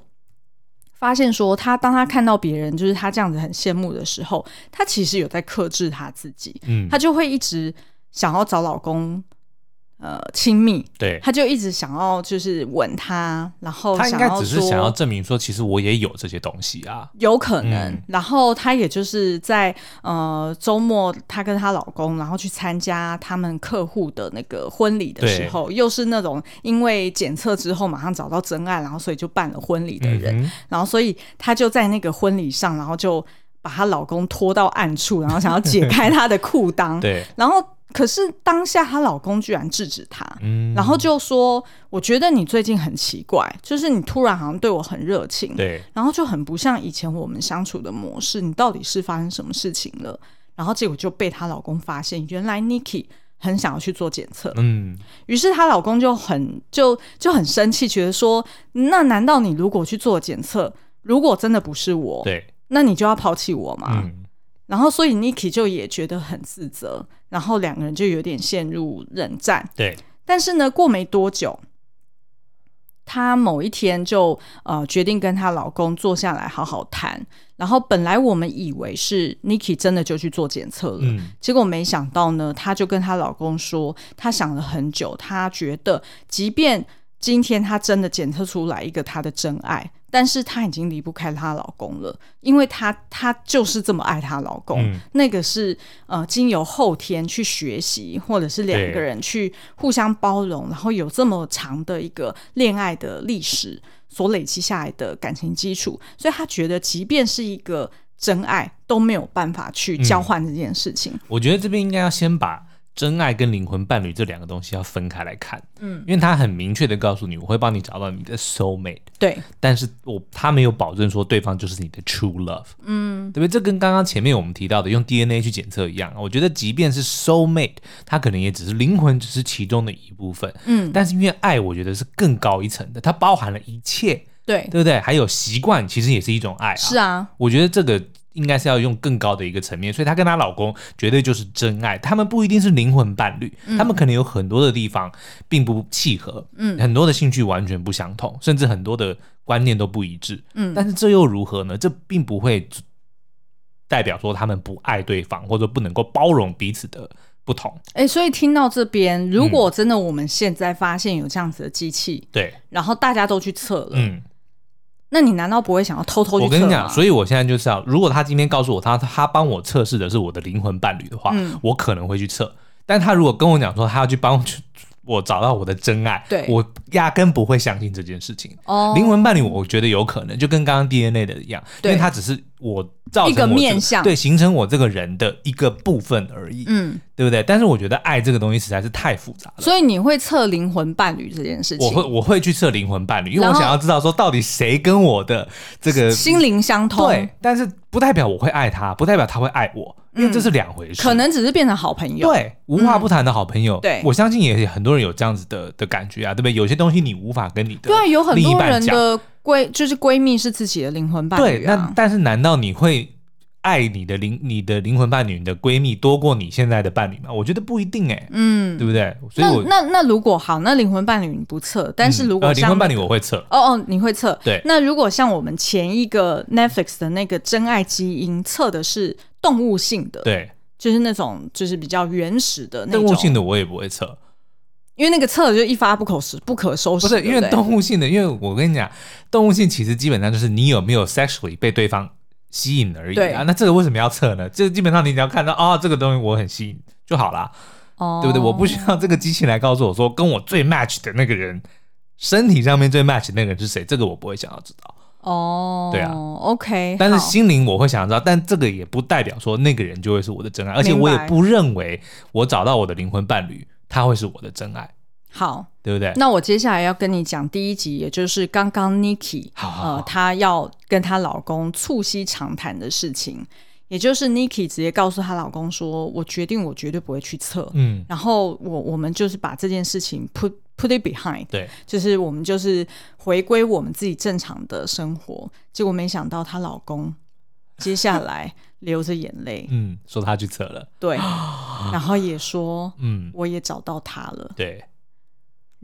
Speaker 2: 发现说，他当他看到别人就是他这样子很羡慕的时候，他其实有在克制他自己，
Speaker 1: 嗯
Speaker 2: 他，就会一直想要找老公。呃，亲密，
Speaker 1: 对，
Speaker 2: 他就一直想要就是吻他，然后
Speaker 1: 他应
Speaker 2: 想
Speaker 1: 该
Speaker 2: 要
Speaker 1: 只是
Speaker 2: 说
Speaker 1: 想要证明说，其实我也有这些东西啊。
Speaker 2: 有可能。
Speaker 1: 嗯
Speaker 2: 然后她也就是在呃周末，她跟她老公，然后去参加他们客户的那个婚礼的时候，又是那种因为检测之后马上找到真爱，然后所以就办了婚礼的人。
Speaker 1: 嗯哼，
Speaker 2: 然后所以她就在那个婚礼上，然后就把她老公拖到暗处，然后想要解开他的裤 裆。
Speaker 1: 对，
Speaker 2: 然后可是当下她老公居然制止她，
Speaker 1: 嗯，
Speaker 2: 然后就说：“我觉得你最近很奇怪，就是你突然好像对我很热情，
Speaker 1: 对，
Speaker 2: 然后就很不像以前我们相处的模式。你到底是发生什么事情了？然后结果就被她老公发现，原来 Niki 很想要去做检测，
Speaker 1: 嗯，
Speaker 2: 于是她老公就很就就很生气，觉得说，那难道你如果去做检测，如果真的不是我，啊
Speaker 1: 对，
Speaker 2: 那你就要抛弃我吗？
Speaker 1: 嗯，
Speaker 2: 然后所以 Niki 就也觉得很自责，然后两个人就有点陷入冷战。
Speaker 1: 对，
Speaker 2: 但是呢，过没多久，她某一天就呃决定跟她老公坐下来好好谈。然后本来我们以为是 Niki 真的就去做检测了，
Speaker 1: 嗯，
Speaker 2: 结果没想到呢，她就跟她老公说，她想了很久，她觉得即便今天她真的检测出来一个她的真爱，但是她已经离不开她老公了，因为她她就是这么爱她老公，
Speaker 1: 嗯
Speaker 2: 那个是呃经由后天去学习，或者是两个人去互相包容，然后有这么长的一个恋爱的历史所累积下来的感情基础，所以她觉得即便是一个。真爱都没有办法去交换这件事情，
Speaker 1: 我觉得这边应该要先把真爱跟灵魂伴侣这两个东西要分开来看，
Speaker 2: 嗯，
Speaker 1: 因为他很明确的告诉你，我会帮你找到你的 soul mate，
Speaker 2: 对，
Speaker 1: 但是我他没有保证说对方就是你的 true love，嗯，对不对？这跟刚刚前面我们提到的用 DNA 去检测一样，我觉得即便是 soul mate，它可能也只是灵魂，只是其中的一部分，
Speaker 2: 嗯，
Speaker 1: 但是因为爱，我觉得是更高一层的，它包含了一切，
Speaker 2: 对，
Speaker 1: 对不对？还有习惯，其实也是一种爱啊，
Speaker 2: 是啊，
Speaker 1: 我觉得这个应该是要用更高的一个层面，所以她跟她老公绝对就是真爱。他们不一定是灵魂伴侣，他们可能有很多的地方并不契合，嗯，很多的兴趣完全不相同，甚至很多的观念都不一致，嗯，但是这又如何呢？这并不会代表说他们不爱对方，或者不能够包容彼此的不同。
Speaker 2: 哎、所以听到这边，如果
Speaker 1: 嗯
Speaker 2: 真的我们现在发现有这样子的机器，
Speaker 1: 对，
Speaker 2: 然后大家都去测了，
Speaker 1: 嗯，
Speaker 2: 那你难道不会想要偷偷去
Speaker 1: 我
Speaker 2: 测吗？
Speaker 1: 跟你讲，所以我现在就是要，如果他今天告诉我他他帮我测试的是我的灵魂伴侣的话，
Speaker 2: 嗯
Speaker 1: 我可能会去测。但他如果跟我讲说他要去帮我去我找到我的真爱，
Speaker 2: 对
Speaker 1: 我压根不会相信这件事情。
Speaker 2: 哦
Speaker 1: 灵魂伴侣，我觉得有可能，就跟刚刚 DNA 的一样，因
Speaker 2: 对
Speaker 1: 为它只是我造成我
Speaker 2: 一个
Speaker 1: 这
Speaker 2: 面相
Speaker 1: 对，形成我这个人的一个部分而已，
Speaker 2: 嗯，
Speaker 1: 对不对？但是我觉得爱这个东西实在是太复杂了。
Speaker 2: 所以你会测灵魂伴侣这件事
Speaker 1: 我
Speaker 2: 情，
Speaker 1: 会我会去测灵魂伴侣，因为
Speaker 2: 然
Speaker 1: 我
Speaker 2: 后
Speaker 1: 想要知道说到底谁跟我的这个
Speaker 2: 心灵相通，
Speaker 1: 呃对，但是不代表我会爱他，不代表他会爱我，因为这是两回事。
Speaker 2: 嗯可能只是变成好朋友，
Speaker 1: 对无话不谈的好朋友，
Speaker 2: 对
Speaker 1: 我相信也很多人有这样子的的感觉啊，对不对？有些东西你无法跟你的
Speaker 2: 对啊，有很
Speaker 1: 另一
Speaker 2: 多
Speaker 1: 半
Speaker 2: 人
Speaker 1: 讲
Speaker 2: 的闺就是闺蜜是自己的灵魂伴
Speaker 1: 对，
Speaker 2: 侣
Speaker 1: 那
Speaker 2: 啊，
Speaker 1: 但是难道你会爱你的灵你的灵魂伴侣、你的闺蜜多过你现在的伴侣吗？我觉得不一定哎、
Speaker 2: 嗯。
Speaker 1: 对不对？所以
Speaker 2: 那
Speaker 1: 我
Speaker 2: 那那如果好，那灵魂伴侣你不测，但是如
Speaker 1: 嗯呃
Speaker 2: 果
Speaker 1: 灵
Speaker 2: 像
Speaker 1: 魂伴侣我会测，
Speaker 2: 哦哦，你会测
Speaker 1: 对
Speaker 2: 那如果像我们前一个 Netflix 的那个《真爱基因》测的是动物性的，
Speaker 1: 对
Speaker 2: 就是那种就是比较原始的那
Speaker 1: 动
Speaker 2: 种
Speaker 1: 物性的我也不会测，
Speaker 2: 因为那个测了就一发不可收不可收拾，
Speaker 1: 不是
Speaker 2: 对
Speaker 1: 因为
Speaker 2: 对
Speaker 1: 动物性的，因为我跟你讲，动物性其实基本上就是你有没有 sexually 被对方吸引而已
Speaker 2: 对
Speaker 1: 啊。那这个为什么要测呢？这基本上你只要看到啊、哦，这个东西我很吸引就好啦，
Speaker 2: 哦
Speaker 1: 对不对？我不需要这个机器来告诉我说跟我最 match 的那个人，身体上面最 match 的那个人是谁，这个我不会想要知道。
Speaker 2: 哦，
Speaker 1: 对啊
Speaker 2: ，OK，
Speaker 1: 但是
Speaker 2: 好
Speaker 1: 心灵我会想要知道，但这个也不代表说那个人就会是我的真爱，而且
Speaker 2: 明
Speaker 1: 我也
Speaker 2: 白
Speaker 1: 不认为我找到我的灵魂伴侣，他会是我的真爱，
Speaker 2: 好，
Speaker 1: 对不对？
Speaker 2: 那我接下来要跟你讲第一集，也就是刚刚 Niki，
Speaker 1: 好好好
Speaker 2: 呃，她要跟她老公促膝长谈的事情，也就是 Niki 直接告诉她老公说：“我决定，我绝对不会去测。
Speaker 1: 嗯，
Speaker 2: 然后我我们就是把这件事情 put put it behind，
Speaker 1: 对，
Speaker 2: 就是我们就是回归我们自己正常的生活。结果没想到她老公接下来流着眼 泪，
Speaker 1: 嗯，说他去测了，
Speaker 2: 对，然后也说
Speaker 1: 嗯，
Speaker 2: 我也找到他了。
Speaker 1: 对。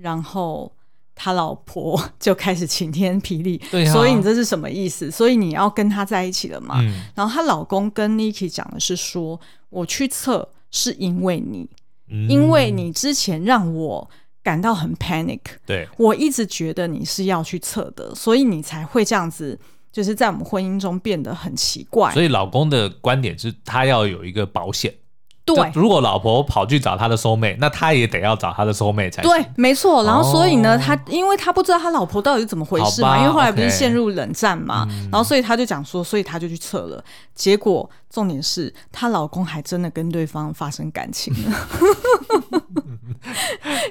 Speaker 2: 然后他老婆就开始晴天霹雳。
Speaker 1: 对啊
Speaker 2: 所以你这是什么意思？所以你要跟他在一起了嘛？
Speaker 1: 嗯
Speaker 2: 然后她老公跟 Niki 讲的是说，我去测是因为你，
Speaker 1: 嗯
Speaker 2: 因为你之前让我感到很 panic，
Speaker 1: 对
Speaker 2: 我一直觉得你是要去测的，所以你才会这样子。就是在我们婚姻中变得很奇怪，
Speaker 1: 所以老公的观点是他要有一个保险。
Speaker 2: 对
Speaker 1: 就如果老婆跑去找他的 soul mate，那他也得要找他的 soul mate 才行
Speaker 2: 对，没错。然后所以呢，
Speaker 1: 哦
Speaker 2: 他因为他不知道他老婆到底是怎么回事
Speaker 1: 好
Speaker 2: 嘛，
Speaker 1: 吧
Speaker 2: 因为后来不是
Speaker 1: OK 嗯
Speaker 2: 陷入冷战嘛，然后所以他就讲说，所以他就去测了。结果重点是，她老公还真的跟对方发生感情了。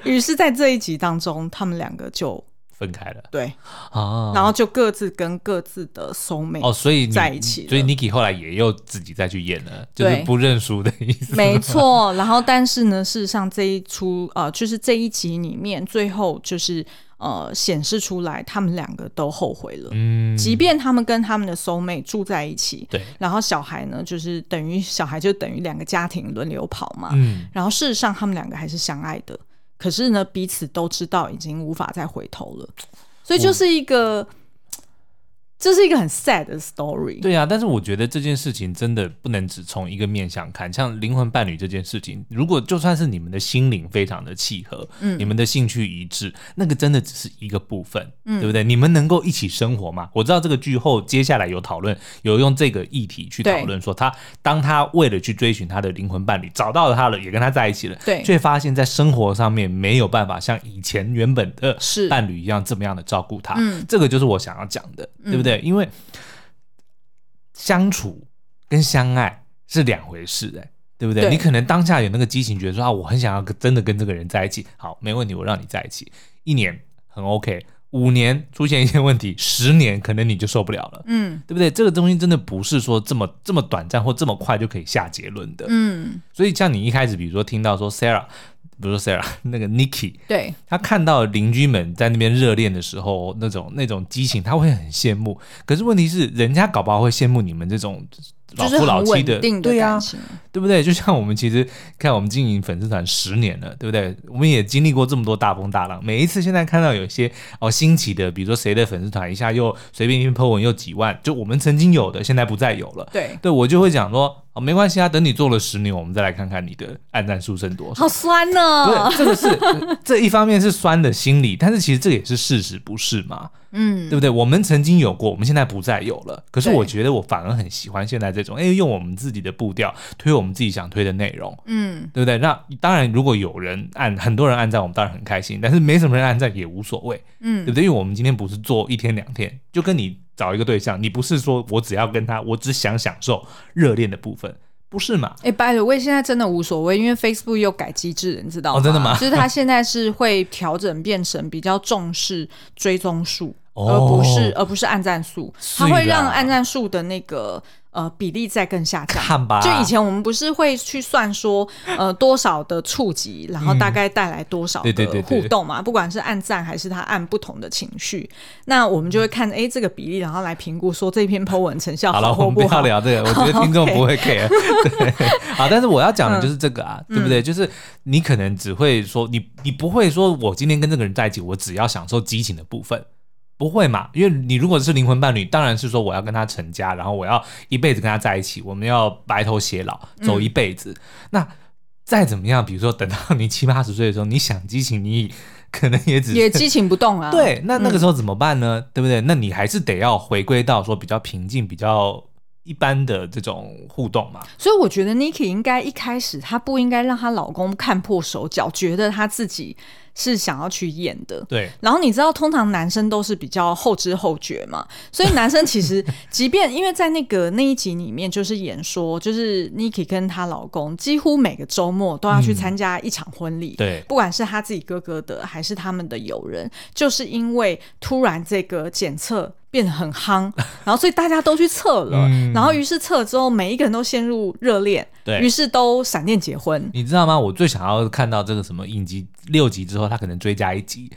Speaker 2: 于是，在这一集当中，他们两个就
Speaker 1: 分开了
Speaker 2: 对，
Speaker 1: 啊。
Speaker 2: 然后就各自跟各自的 soul mate
Speaker 1: 哦，所以你
Speaker 2: 在一起了
Speaker 1: 所以 Niki 后来也又自己再去验了，就是
Speaker 2: 对
Speaker 1: 不认输的意思。
Speaker 2: 没错，然后但是呢，事实上这一出呃，就是这一集里面，最后就是呃显示出来，他们两个都后悔了。
Speaker 1: 嗯，
Speaker 2: 即便他们跟他们的 soul mate 住在一起，
Speaker 1: 对，
Speaker 2: 然后小孩呢，就是等于小孩就等于两个家庭轮流跑嘛。
Speaker 1: 嗯，
Speaker 2: 然后事实上，他们两个还是相爱的，可是呢，彼此都知道已经无法再回头了，
Speaker 1: 哦
Speaker 2: 所以就是一个，这是一个很 sad 的 story。
Speaker 1: 对啊。但是我觉得这件事情真的不能只从一个面向看，像灵魂伴侣这件事情，如果就算是你们的心灵非常的契合，嗯，你们的兴趣一致，那个真的只是一个部分，嗯，对不对？你们能够一起生活吗？我知道这个剧后接下来有讨论，有用这个议题去讨论说他，当他为了去追寻他的灵魂伴侣，找到了他了，也跟他在一起了，
Speaker 2: 对
Speaker 1: 却发现在生活上面没有办法像以前原本的
Speaker 2: 是
Speaker 1: 伴侣一样这么样的照顾他。
Speaker 2: 嗯
Speaker 1: 这个就是我想要讲的，对不对？因为相处跟相爱是两回事、哎。对不对？
Speaker 2: 对
Speaker 1: 你可能当下有那个激情，觉得说啊，我很想要跟真的跟这个人在一起，好，没问题，我让你在一起一年很 OK，五年出现一些问题，十年可能你就受不了了，
Speaker 2: 嗯
Speaker 1: 对不对？这个东西真的不是说这么这么短暂或这么快就可以下结论的。
Speaker 2: 嗯，
Speaker 1: 所以像你一开始，比如说听到说 Sarah，不是 Sarah，那个 Nikki，
Speaker 2: 对，
Speaker 1: 他看到邻居们在那边热恋的时候，那种那种激情，他会很羡慕。可是问题是，人家搞不好会羡慕你们这种老
Speaker 2: 就是
Speaker 1: 夫老
Speaker 2: 很
Speaker 1: 妻
Speaker 2: 稳
Speaker 1: 的，
Speaker 2: 定
Speaker 1: 对啊呀、
Speaker 2: 感情，
Speaker 1: 对不对？就像我们其实看我们经营粉丝团十年了，对不对？我们也经历过这么多大风大浪，每一次现在看到有一些哦新奇的，比如说谁的粉丝团一下又随便一篇 po 文又几万，就我们曾经有的，现在不再有了。
Speaker 2: 对，
Speaker 1: 对我就会讲说哦，没关系啊，等你做了十年，我们再来看看你的暗战数剩多少。
Speaker 2: 好酸
Speaker 1: 不
Speaker 2: 哦呢。
Speaker 1: 是，这个是 这一方面是酸的心理，但是其实这也是事实，不是吗？
Speaker 2: 嗯，
Speaker 1: 对不对？我们曾经有过，我们现在不再有了。可是
Speaker 2: 对
Speaker 1: 我觉得我反而很喜欢现在这种，哎，用我们自己的步调推我们自己想推的内容，
Speaker 2: 嗯，
Speaker 1: 对不对？那当然，如果有人按很多人按赞，我们当然很开心，但是没什么人按赞也无所谓，
Speaker 2: 嗯
Speaker 1: 对不对？因为我们今天不是做一天两天，就跟你找一个对象，你不是说我只要跟他，我只想享受热恋的部分，不是嘛？
Speaker 2: 哎、白 b y the way，现在真的无所谓，因为 Facebook 又改机制，你知道
Speaker 1: 哦真的吗
Speaker 2: 就是它现在是会调整变成比较重视追踪数，
Speaker 1: 哦
Speaker 2: 而不是而不是按赞数，
Speaker 1: 是啊
Speaker 2: 它
Speaker 1: 啦
Speaker 2: 会让按赞数的那个。呃，比例在更下降。
Speaker 1: 看吧
Speaker 2: 就以前我们不是会去算说，呃，多少的触及，然后大概带来多少
Speaker 1: 嗯对对
Speaker 2: 的
Speaker 1: 对对
Speaker 2: 互动嘛？不管是按赞还是他按不同的情绪，那我们就会看，哎、这个比例，然后来评估说这篇 po 文成效
Speaker 1: 好了，
Speaker 2: 好
Speaker 1: 我
Speaker 2: 或
Speaker 1: 们不
Speaker 2: 不
Speaker 1: 要
Speaker 2: 好。
Speaker 1: 聊这个，我觉 得听众不会 care。对，好，但是我要讲
Speaker 2: 嗯
Speaker 1: 的就是这个啊，对不对？就是你可能只会说，你你不会说我今天跟这个人在一起，我只要享受激情的部分。不会嘛？因为你如果是灵魂伴侣，当然是说我要跟他成家，然后我要一辈子跟他在一起，我们要白头偕老，
Speaker 2: 嗯
Speaker 1: 走一辈子。那再怎么样，比如说等到你七八十岁的时候，你想激情，你可能也只是
Speaker 2: 也激情不动啊。
Speaker 1: 对，那那个时候怎么办呢？对不对？那你还是得要回归到说比较平静、比较一般的这种互动嘛。
Speaker 2: 所以我觉得 Niki 应该一开始她不应该让她老公看破手脚，觉得她自己是想要去演的。
Speaker 1: 对，
Speaker 2: 然后你知道，通常男生都是比较后知后觉嘛，所以男生其实 即便因为在那个那一集里面，就是演说，就是 Niki 跟她老公几乎每个周末都要去参加一场婚礼，
Speaker 1: 对
Speaker 2: 不管是他自己哥哥的还是他们的友人，就是因为突然这个检测。变得很夯， 然后所以大家都去测了，
Speaker 1: 嗯
Speaker 2: 然后于是测了之后，每一个人都陷入热恋，
Speaker 1: 对
Speaker 2: 于是都闪电结婚。
Speaker 1: 你知道吗？我最想要看到这个什么影集六集之后，他可能追加一集，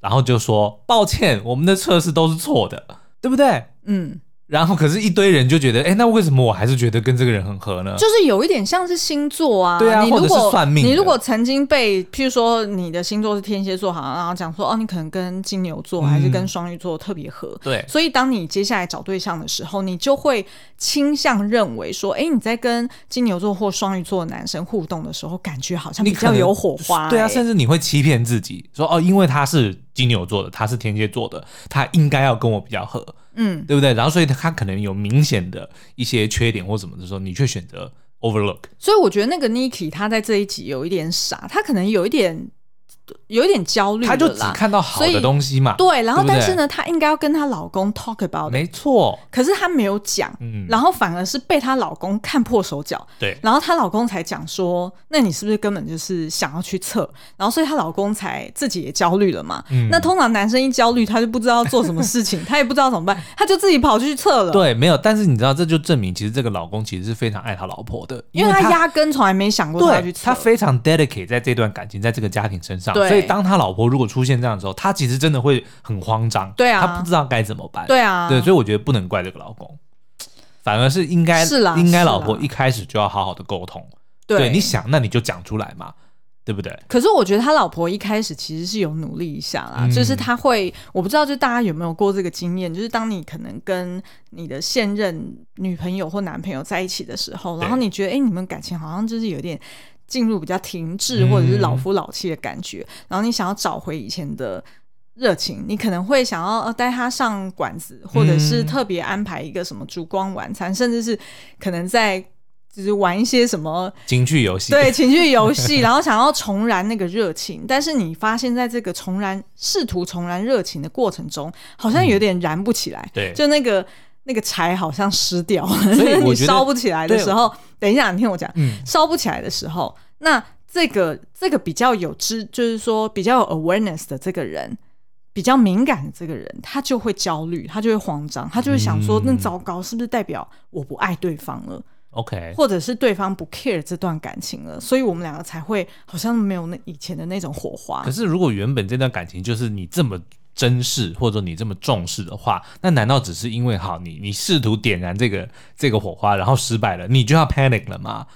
Speaker 1: 然后就说抱歉，我们的测试都是错的，对不对？
Speaker 2: 嗯，
Speaker 1: 然后可是，一堆人就觉得，哎，那为什么我还是觉得跟这个人很合呢？
Speaker 2: 就是有一点像是星座啊，
Speaker 1: 呃对啊
Speaker 2: 你如
Speaker 1: 或者
Speaker 2: 果
Speaker 1: 是算命的
Speaker 2: 你如果曾经被，譬如说你的星座是天蝎座，好，然后讲说哦，你可能跟金牛座还是
Speaker 1: 嗯
Speaker 2: 跟双鱼座特别合，
Speaker 1: 对
Speaker 2: 所以当你接下来找对象的时候，你就会倾向认为说，哎、你在跟金牛座或双鱼座的男生互动的时候，感觉好像
Speaker 1: 你
Speaker 2: 比
Speaker 1: 可
Speaker 2: 较
Speaker 1: 能
Speaker 2: 有火花、
Speaker 1: 对啊，
Speaker 2: 诶
Speaker 1: 甚至你会欺骗自己说，哦，因为他是金牛座的，他是天蝎座的，他应该要跟我比较合。
Speaker 2: 嗯，
Speaker 1: 对不对？然后所以他可能有明显的一些缺点或什么的时候，你却选择 overlook。
Speaker 2: 所以我觉得那个 Niki 他在这一集有一点傻，他可能有一点有一点焦虑了
Speaker 1: 他
Speaker 2: 啦，
Speaker 1: 就只看到好的东西嘛，
Speaker 2: 对，然后
Speaker 1: 对不对
Speaker 2: 但是呢，她应该要跟她老公 talk about，it，
Speaker 1: 没错，
Speaker 2: 可是她没有讲，
Speaker 1: 嗯，
Speaker 2: 然后反而是被她老公看破手脚，
Speaker 1: 对，
Speaker 2: 然后她老公才讲说，那你是不是根本就是想要去测？然后所以她老公才自己也焦虑了嘛。
Speaker 1: 嗯
Speaker 2: 那通常男生一焦虑，他就不知道做什么事 情，他也不知道怎么办，他就自己跑去测了。，
Speaker 1: 对，没有。但是你知道，这就证明其实这个老公其实是非常爱他老婆的，为
Speaker 2: 因为他
Speaker 1: 他
Speaker 2: 压根从来没想过他要去
Speaker 1: 对
Speaker 2: 测，
Speaker 1: 他非常 dedicate 在这段感情，在这个家庭身上。
Speaker 2: 对
Speaker 1: 所以当他老婆如果出现这样的时候，他其实真的会很慌张，
Speaker 2: 对啊
Speaker 1: 他不知道该怎么办。
Speaker 2: 对啊，
Speaker 1: 对，所以我觉得不能怪这个老公。反而是应该
Speaker 2: 是啦
Speaker 1: 应该
Speaker 2: 是
Speaker 1: 老婆
Speaker 2: 啦
Speaker 1: 一开始就要好好的沟通。
Speaker 2: 对
Speaker 1: 你想，那你就讲出来嘛，对不对？
Speaker 2: 可是我觉得他老婆一开始其实是有努力一下啦，
Speaker 1: 嗯
Speaker 2: 就是他会，我不知道就大家有没有过这个经验，就是当你可能跟你的现任女朋友或男朋友在一起的时候，
Speaker 1: 对
Speaker 2: 然后你觉得哎、诶你们感情好像就是有点进入比较停滞
Speaker 1: 嗯
Speaker 2: 或者是老夫老妻的感觉，然后你想要找回以前的。热情，你可能会想要呃带他上馆子，或者是
Speaker 1: 嗯
Speaker 2: 特别安排一个什么烛光晚餐，甚至是可能在就是玩一些什么
Speaker 1: 情趣游戏，
Speaker 2: 对情绪游戏，然后想要重燃那个热情，但是你发现在这个重燃试图重燃热情的过程中，好像有点燃不起来，
Speaker 1: 嗯对
Speaker 2: 就那个那个柴好像湿掉了，
Speaker 1: 所以我
Speaker 2: 你
Speaker 1: 觉得
Speaker 2: 烧不起来的时候，等一下你听我讲，
Speaker 1: 嗯
Speaker 2: 烧不起来的时候，那这个这个比较有知，就是说比较有 awareness 的这个人。比较敏感的这个人，他就会焦虑，他就会慌张，他就会想说：“
Speaker 1: 嗯
Speaker 2: 那糟糕，是不是代表我不爱对方了？
Speaker 1: ，OK，
Speaker 2: 或者是对方不 care 这段感情了，所以我们两个才会好像没有那以前的那种火花
Speaker 1: 可。是如果原本这段感情就是你这么珍视或者你这么重视的话，那难道只是因为好你你试图点燃这个这个火花，然后失败了，你就要 panic 了吗？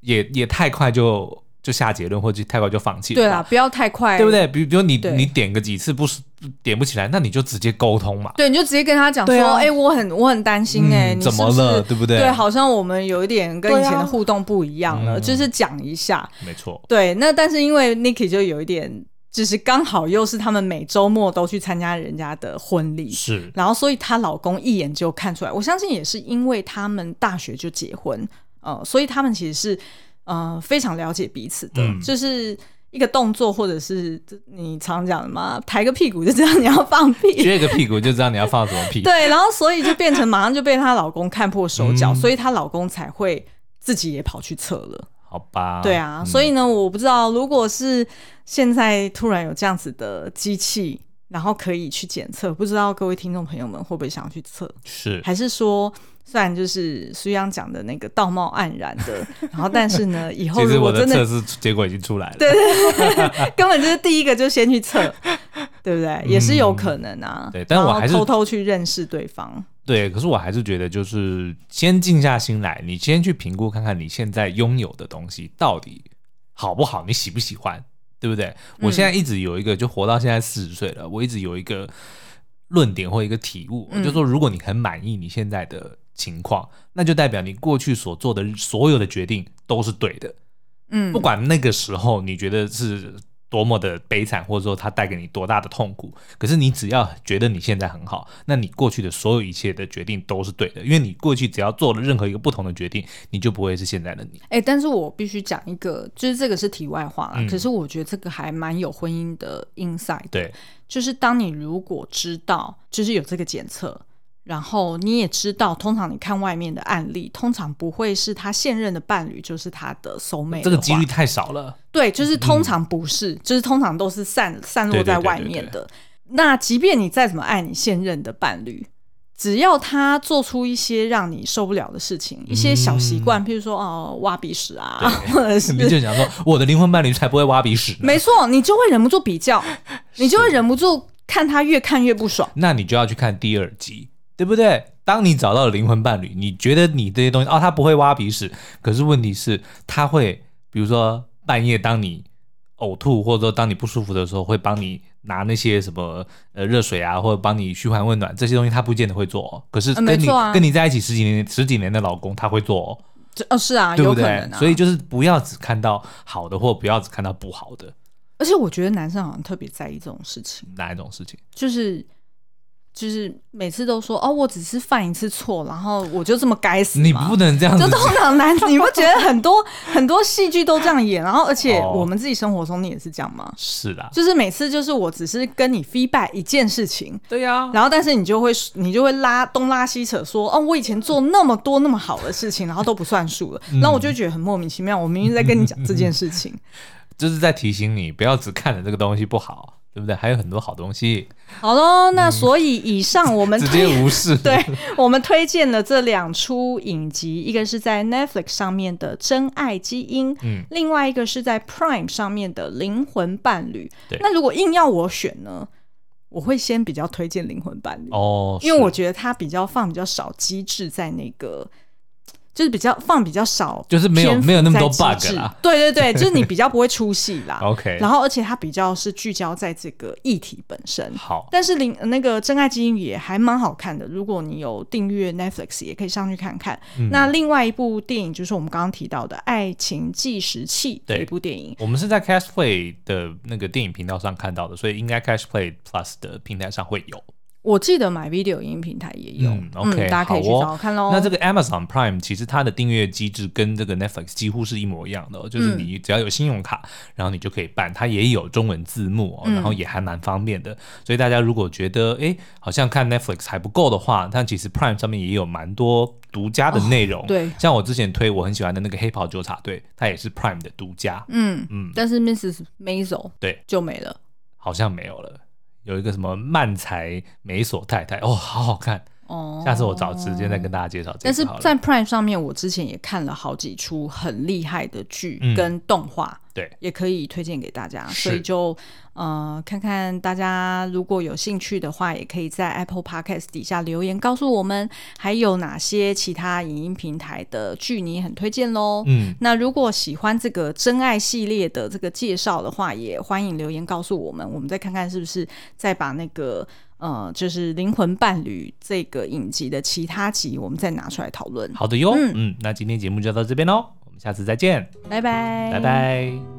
Speaker 1: 也也太快就就下结论，或者太快就放弃了吧？
Speaker 2: 对啦，不要太快，
Speaker 1: 啊对不？对？比比如你
Speaker 2: 对
Speaker 1: 你点个几次不是点不起来，那你就直接沟通嘛。
Speaker 2: 对，你就直接跟他讲说，
Speaker 1: 对啊
Speaker 2: 哎、我很我很担心、哎、
Speaker 1: 嗯
Speaker 2: 你是
Speaker 1: 怎
Speaker 2: 不
Speaker 1: 么
Speaker 2: 是
Speaker 1: 了对不对
Speaker 2: 对，好像我们有一点跟以前
Speaker 1: 对
Speaker 2: 的
Speaker 1: 啊
Speaker 2: 互动不一样了，
Speaker 1: 嗯
Speaker 2: 就是讲一下。
Speaker 1: 没错，
Speaker 2: 对，那但是因为 Niki 就有一点，就是刚好又是他们每周末都去参加人家的婚礼，
Speaker 1: 是
Speaker 2: 然后所以她老公一眼就看出来。我相信也是因为他们大学就结婚，呃，所以他们其实是呃非常了解彼此的，
Speaker 1: 嗯
Speaker 2: 就是。一个动作，或者是你常讲的嘛，抬个屁股就知道你要放屁，
Speaker 1: 撅个屁股就知道你要放什么屁。
Speaker 2: 对，然后所以就变成马上就被她老公看破手脚，
Speaker 1: 嗯
Speaker 2: 所以她老公才会自己也跑去测了。
Speaker 1: 好吧。嗯
Speaker 2: 对啊，所以呢，我不知道如果是现在突然有这样子的机器，然后可以去检测，不知道各位听众朋友们会不会想要去测，
Speaker 1: 是
Speaker 2: 还是说？虽然就是苏央讲的那个道貌岸然 的，然后但是呢，以后
Speaker 1: 其实
Speaker 2: 如
Speaker 1: 我
Speaker 2: 果
Speaker 1: 的
Speaker 2: 真
Speaker 1: 测
Speaker 2: 的
Speaker 1: 试结果已经出来了。对
Speaker 2: 根本就是第一个就先去测，对不对？也是有可能啊。
Speaker 1: 嗯对但我
Speaker 2: 然后
Speaker 1: 还是
Speaker 2: 偷偷去认识对方。
Speaker 1: 对，可是我还是觉得，就是先静下心来，你先去评估看看你现在拥有的东西到底好不好，你喜不喜欢，对不对？
Speaker 2: 嗯
Speaker 1: 我现在一直有一个，就活到现在四十岁了，我一直有一个论点或一个体悟，
Speaker 2: 嗯
Speaker 1: 就说如果你很满意你现在的情况，那就代表你过去所做的所有的决定都是对的。
Speaker 2: 嗯
Speaker 1: 不管那个时候你觉得是多么的悲惨，或者说它带给你多大的痛苦，可是你只要觉得你现在很好，那你过去的所有一切的决定都是对的，因为你过去只要做了任何一个不同的决定，你就不会是现在的你。
Speaker 2: 哎、但是我必须讲一个，就是这个是题外话啦。
Speaker 1: 嗯
Speaker 2: 可是我觉得这个还蛮有婚姻的 insight。，
Speaker 1: 对，
Speaker 2: 就是当你如果知道，就是有这个检测，然后你也知道，通常你看外面的案例，通常不会是他现任的伴侣就是他的熟妹。
Speaker 1: 这个几率太少了。
Speaker 2: 对，就是通常不是，就是通常都是散散落
Speaker 1: 嗯对对
Speaker 2: 在
Speaker 1: 对
Speaker 2: 外
Speaker 1: 对
Speaker 2: 面的。
Speaker 1: 对
Speaker 2: 那即便你再怎么爱你现任的伴侣，只要他做出一些让你受不了的事情，一些
Speaker 1: 嗯
Speaker 2: 小习惯，譬如说哦挖鼻屎啊， 或者是
Speaker 1: 你就想说，我的灵魂伴侣才不会挖鼻屎呢，
Speaker 2: 没错，你就会忍不住 比较，你就会忍不住看他越看越不爽。
Speaker 1: 那你就要去看第二集，对不对？当你找到了灵魂伴侣，你觉得你这些东西哦，他不会挖鼻屎，可是问题是他会，比如说半夜当你呕吐或者说当你不舒服的时候，会帮你拿那些什么呃热水啊，或者帮你嘘寒问暖这些东西，他不见得会做、哦。可是
Speaker 2: 呃
Speaker 1: 跟
Speaker 2: 没
Speaker 1: 你、
Speaker 2: 错啊
Speaker 1: 跟你在一起十几年十几年的老公，他会做、哦，
Speaker 2: 这哦，是啊，
Speaker 1: 对不
Speaker 2: 有
Speaker 1: 对
Speaker 2: 可能啊。
Speaker 1: 所以，就是不要只看到好的，或不要只看到不好的
Speaker 2: 而且我觉得男生好像特别在意这种事情，
Speaker 1: 哪一种事情。
Speaker 2: 就是。就是每次都说哦，我只是犯一次错，然后我就这么该死吗。
Speaker 1: 你不能这样子
Speaker 2: 就通常男，你不觉得很多 很多戏剧都这样演？然后，而且
Speaker 1: 哦
Speaker 2: 我们自己生活中你也是这样吗？
Speaker 1: 是啦，
Speaker 2: 就是每次就是我只是跟你 feedback 一件事情，
Speaker 1: 对呀、
Speaker 2: 然后但是你就会你就会拉东拉西扯说，哦，我以前做那么多那么好的事情，然后都不算数了，
Speaker 1: 嗯
Speaker 2: 然后我就觉得很莫名其妙，我明明在跟你讲这件事 情，
Speaker 1: 就是在提醒你不要只看着这个东西不好，对不对？还有很多好东西，
Speaker 2: 好喽，那所以以上我们
Speaker 1: 直
Speaker 2: 推
Speaker 1: 接无 视。
Speaker 2: 对，我们推荐了这两出影集，一个是在 Netflix 上面的《真爱基因》，
Speaker 1: 嗯
Speaker 2: 另外一个是在 Prime 上面的《灵魂伴侣》
Speaker 1: 对。
Speaker 2: 那如果硬要我选呢，我会先比较推荐《灵魂伴侣》
Speaker 1: 哦，
Speaker 2: 因为我
Speaker 1: 是
Speaker 2: 觉得它比较放比较少机制在那个。就是比较放比较少篇
Speaker 1: 就是
Speaker 2: 幅在机制，
Speaker 1: 没有没有那么多 bug 啦。
Speaker 2: 对对对，就是你比较不会出戏啦
Speaker 1: OK
Speaker 2: 然后而且它比较是聚焦在这个议题本身。
Speaker 1: 好，
Speaker 2: 但是零那个《真爱基因》也还蛮好看的，如果你有订阅 Netflix，也可以上去看看。
Speaker 1: 嗯
Speaker 2: 那另外一部电影就是我们刚刚提到的《爱情计时器》的
Speaker 1: 对
Speaker 2: 一部电影。
Speaker 1: 我们是在 Cashplay 的那个电影频道上看到的，所以应该 Cashplay Plus 的平台上会有。
Speaker 2: 我记得买 video 影音平台也有，
Speaker 1: 嗯，OK，
Speaker 2: 大家可以去
Speaker 1: 好哦
Speaker 2: 找看喽。
Speaker 1: 那这个 Amazon Prime 其实它的订阅机制跟这个 Netflix 几乎是一模一样
Speaker 2: 嗯
Speaker 1: 的、哦，就是你只要有信用卡，然后你就可以办，它也有中文字幕、
Speaker 2: 嗯
Speaker 1: 哦，然后也还蛮方便的。所以大家如果觉得诶好像看 Netflix 还不够的话，但其实 Prime 上面也有蛮多独家的内容。
Speaker 2: 哦对
Speaker 1: 像我之前推我很喜欢的那个黑袍纠察队，它也是 Prime 的独家。
Speaker 2: 嗯
Speaker 1: 嗯
Speaker 2: 但是 Mrs. Maisel
Speaker 1: 对
Speaker 2: 就没了。
Speaker 1: 好像没有了。有一个什么漫才美索太太，哦，好好看，
Speaker 2: 哦，
Speaker 1: 下次我找时间再跟大家介绍这
Speaker 2: 但
Speaker 1: 个
Speaker 2: 是
Speaker 1: 好了。
Speaker 2: 在 Prime 上面，我之前也看了好几出很厉害的剧
Speaker 1: 嗯
Speaker 2: 跟动画，
Speaker 1: 对
Speaker 2: 也可以推荐给大家。
Speaker 1: 是
Speaker 2: 所以就呃，看看大家如果有兴趣的话，也可以在 Apple Podcast 底下留言，告诉我们还有哪些其他影音平台的剧你很推荐喽。
Speaker 1: 嗯，
Speaker 2: 那如果喜欢这个真爱系列的这个介绍的话，也欢迎留言告诉我们，我们再看看是不是再把那个呃，就是灵魂伴侣这个影集的其他集，我们再拿出来讨论。
Speaker 1: 好的哟，
Speaker 2: 嗯
Speaker 1: 嗯，那今天节目就到这边喽，我们下次再见，
Speaker 2: 拜拜，
Speaker 1: 拜拜